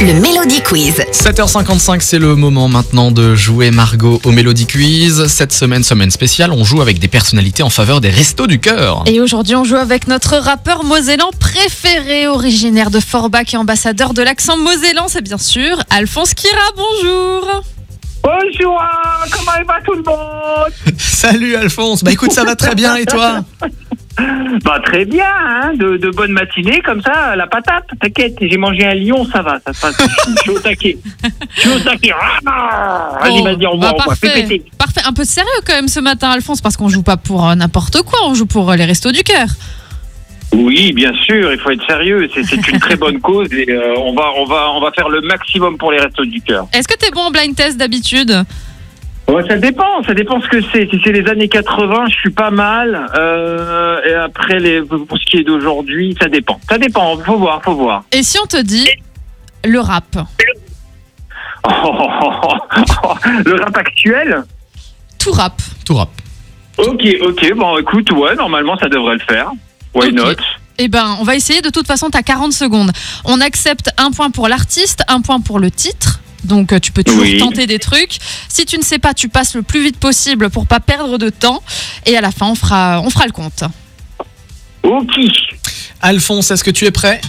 Le Mélodie Quiz. 7h55, c'est le moment maintenant de jouer Margot au Mélodie Quiz. Cette semaine, semaine spéciale, on joue avec des personnalités en faveur des restos du cœur. Et aujourd'hui, on joue avec notre rappeur mosellan préféré, originaire de Forbach et ambassadeur de l'accent mosellan, c'est bien sûr Alphonse Kira. Bonjour. Bonjour, comment va tout le monde Salut Alphonse, bah écoute, ça va très bien et toi Bah très bien, hein, de, de bonne matinée comme ça, la patate. T'inquiète, j'ai mangé un lion, ça va, ça se passe. Je suis au taquet. Je suis au taquet. Ah, Allez, Bon, vas-y, au revoir, bah, au revoir. Fais parfait. péter. parfait. Un peu sérieux quand même ce matin, Alphonse, parce qu'on joue pas pour euh, n'importe quoi, on joue pour euh, les restos du cœur. Oui, bien sûr, il faut être sérieux. C'est- C'est une très bonne cause et euh, on va, on va, on va faire le maximum pour les restos du cœur. Est-ce que t'es bon en blind test d'habitude Ouais, ça dépend, ça dépend ce que c'est. Si c'est les années 80, je suis pas mal. Euh, et après, les, pour ce qui est d'aujourd'hui, ça dépend. Ça dépend, faut voir, faut voir. Et si on te dit le rap Oh, oh, oh, oh. Le rap actuel Tout rap. Tout rap. Ok, ok, bon écoute, ouais, normalement ça devrait le faire. Why Ok. not Eh ben, on va essayer. De toute façon, t'as 40 secondes. On accepte un point pour l'artiste, un point pour le titre. Donc, euh, tu peux toujours Oui. tenter des trucs. Si tu ne sais pas, tu passes le plus vite possible pour pas perdre de temps. Et à la fin, on fera, on fera le compte. Ok, Alphonse, est-ce que tu es prêt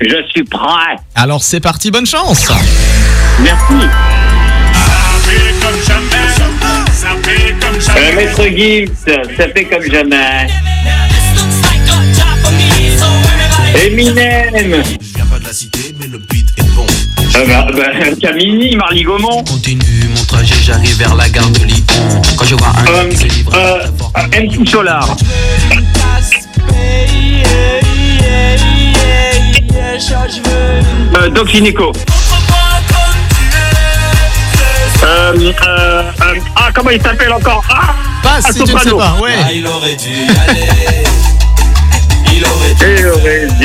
je suis prêt. Alors c'est parti, bonne chance Merci. Euh, maître Gibbs, ça fait comme jamais. Eminem. Je viens pas de la cité, mais le beat est bon. Euh, bah, bah, Camini, Marly Gaumont. Continue mon trajet, j'arrive vers la gare de Lyon. Quand je vois un Euh, qui se livre à euh, la porte, M. Solar. Euh, Doc Gineco. Euh, euh, euh, ah, comment il s'appelle encore Ah, Pas si tu ne sais Soprano. pas, ouais. il aurait dû y aller. Il aurait dû.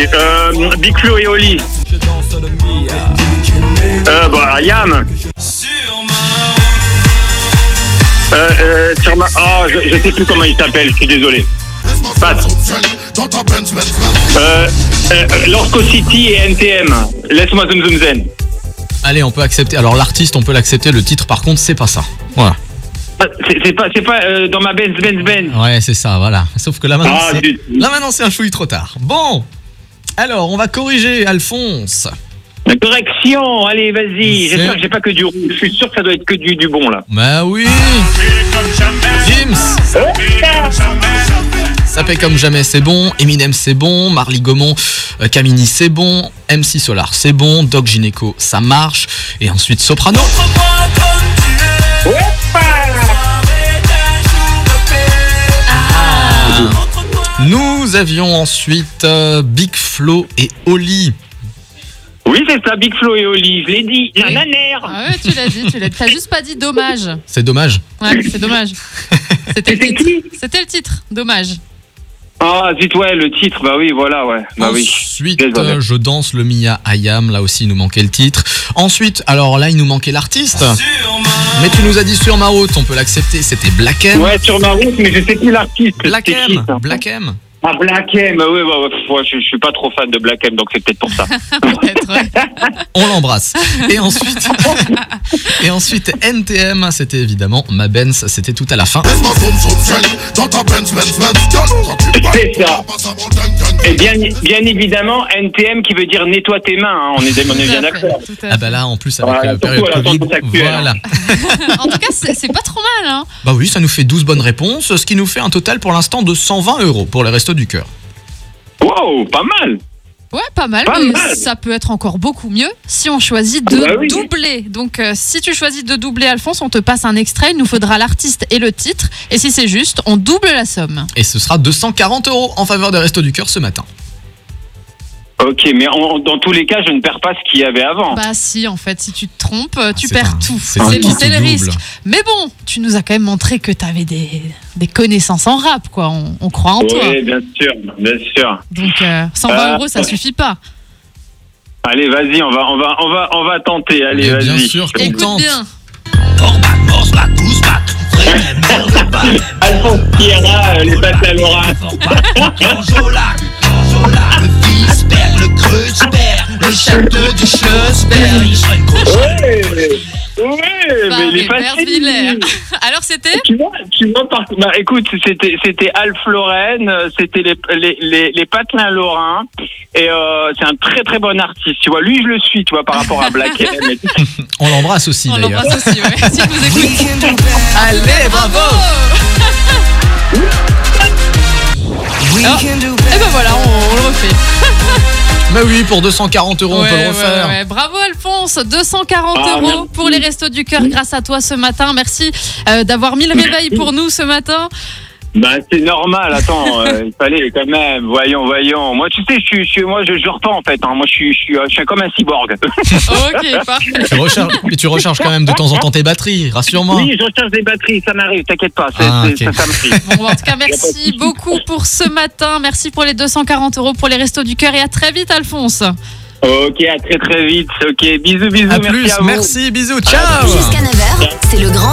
et, euh, euh, Big Flo et Oli. Je danse le Mia. Euh, bah, Yam. Sur ma Euh, euh, sur ma... Oh, je, je sais plus comment il s'appelle, je suis désolé. Passe. Euh, euh, Lorsco City et NTM. Laisse-moi zoom zoom zen. Allez, on peut accepter. Alors l'artiste, on peut l'accepter, le titre par contre, c'est pas ça. Voilà. Ah, C'est c'est pas, c'est pas euh, dans ma Benz Benz Benz. Ouais, c'est ça, voilà. Sauf que là maintenant, Ah, c'est... zut. Là maintenant, c'est un chouille trop tard. Bon alors, on va corriger Alphonse. Correction, allez, vas-y. C'est- J'espère que j'ai pas que du rouge. Je suis sûr que ça doit être que du, du bon, là. Bah oui James Ça paie comme jamais, c'est bon. Eminem, c'est bon. Marley Gaumont, euh, Camini, c'est bon. MC Solar, c'est bon. Doc Gineco, ça marche. Et ensuite Soprano. Nous avions ensuite euh, Big Flo et Oli. Oui, c'est ça, Big Flo et Oli. Je l'ai dit. Oui. Nananer. Ah ouais, tu l'as dit. Tu l'as t'as juste pas dit dommage. C'est dommage. Ouais, c'est dommage. C'était le C'était titre. qui C'était le titre. Dommage. Ah, zut, ouais, le titre. Bah oui, voilà, ouais. Bah oui. Ensuite, Désolé. euh, je danse le Mia Ayam. Là aussi, il nous manquait le titre. Ensuite, alors là, il nous manquait l'artiste. Mais tu nous as dit sur ma route, on peut l'accepter. C'était Black M. Ouais, sur ma route, mais je sais plus l'artiste. Black C'est qui, M. ça Black M. Ah, Black M, ouais, ouais, ouais, pff, ouais, je, je suis pas trop fan de Black M, donc c'est peut-être pour ça. Peut-être. ouais. On l'embrasse. Et ensuite, et ensuite NTM, hein, c'était évidemment ma Benz, c'était tout à la fin. C'est ça. Et bien, bien évidemment, NTM qui veut dire nettoie tes mains, hein, on est, on est bien Tout à fait, d'accord. tout à Ah fait. bah là, en plus avec la Voilà, surtout période à la Covid, tendance actuelle. voilà. En tout cas, c'est c'est pas trop mal. Hein. Bah oui, ça nous fait 12 bonnes réponses, ce qui nous fait un total pour l'instant de 120 euros pour les restos du cœur. Wow, pas mal. Ouais, pas mal, Pas mais mal. ça peut être encore beaucoup mieux si on choisit de Ah bah oui. doubler. Donc, euh, si tu choisis de doubler, Alphonse, on te passe un extrait. Il nous faudra l'artiste et le titre. Et si c'est juste, on double la somme. Et ce sera 240 euros en faveur des restos du cœur ce matin. Ok, mais en- dans tous les cas, je ne perds pas ce qu'il y avait avant. Bah, si, en fait, si tu te trompes, euh, tu C'est perds un- tout. c'est C'est un qui c'est le double. risque. Mais bon, tu nous as quand même montré que tu avais des, des connaissances en rap, quoi. On, on croit en toi. oui, bien sûr, bien sûr. Donc, euh, 120 Ah. euros, ça suffit pas. Allez, vas-y, on va, on va, on va, on va tenter. Allez, Mais bien vas-y. sûr qu'on Écoute tente. bien. Orban, Morsbat, Ouzbat, Vrainet, Merlebat, Alphonse Pierra, les Batalora. Orban, Anjolac, Anjolac, le fils, perd le crâne. Kreuzberg, le château du Schlossberg. Il sera une grosse Ouais, ouais, mais Par il est Hubert Bah Villers. facile. Alors c'était Tu vois, tu vois par... bah, écoute, c'était c'était Alf Lorraine, euh, c'était les les les, les patelins lorrains et euh, c'est un très très bon artiste. Tu vois, lui je le suis, tu vois par rapport à Black M. On l'embrasse aussi On d'ailleurs. l'embrasse aussi, ouais. Si elle nous écoute. Allez, bravo Et ben voilà, on, on le refait. Bah oui, pour 240 euros, on peut Ouais, le ouais, refaire. ouais. Bravo Alphonse, 240 Ah, euros merci. pour les Restos du Cœur grâce à toi ce matin. Merci euh, d'avoir mis le réveil pour nous ce matin. Bah c'est normal, attends, euh, il fallait quand même. Voyons, voyons. Moi tu sais, je suis je suis moi je, je repens en fait. hein. Moi je suis je suis euh, je suis comme un cyborg. Ok, parfait. Tu recharges, mais tu recharges quand même de temps en temps tes batteries, rassure-moi. Oui, je recharge des batteries, ça m'arrive, t'inquiète pas, c'est- Ah, c'est- ok. ça, ça me prie. Bon, en tout cas, merci beaucoup pour ce matin. Merci pour les 240 euros pour les Restos du Cœur et à très vite Alphonse. Ok, à très très vite. Ok, bisous, bisous, A merci plus, à vous. merci, bisous, ciao Jusqu'à 9h, c'est le grand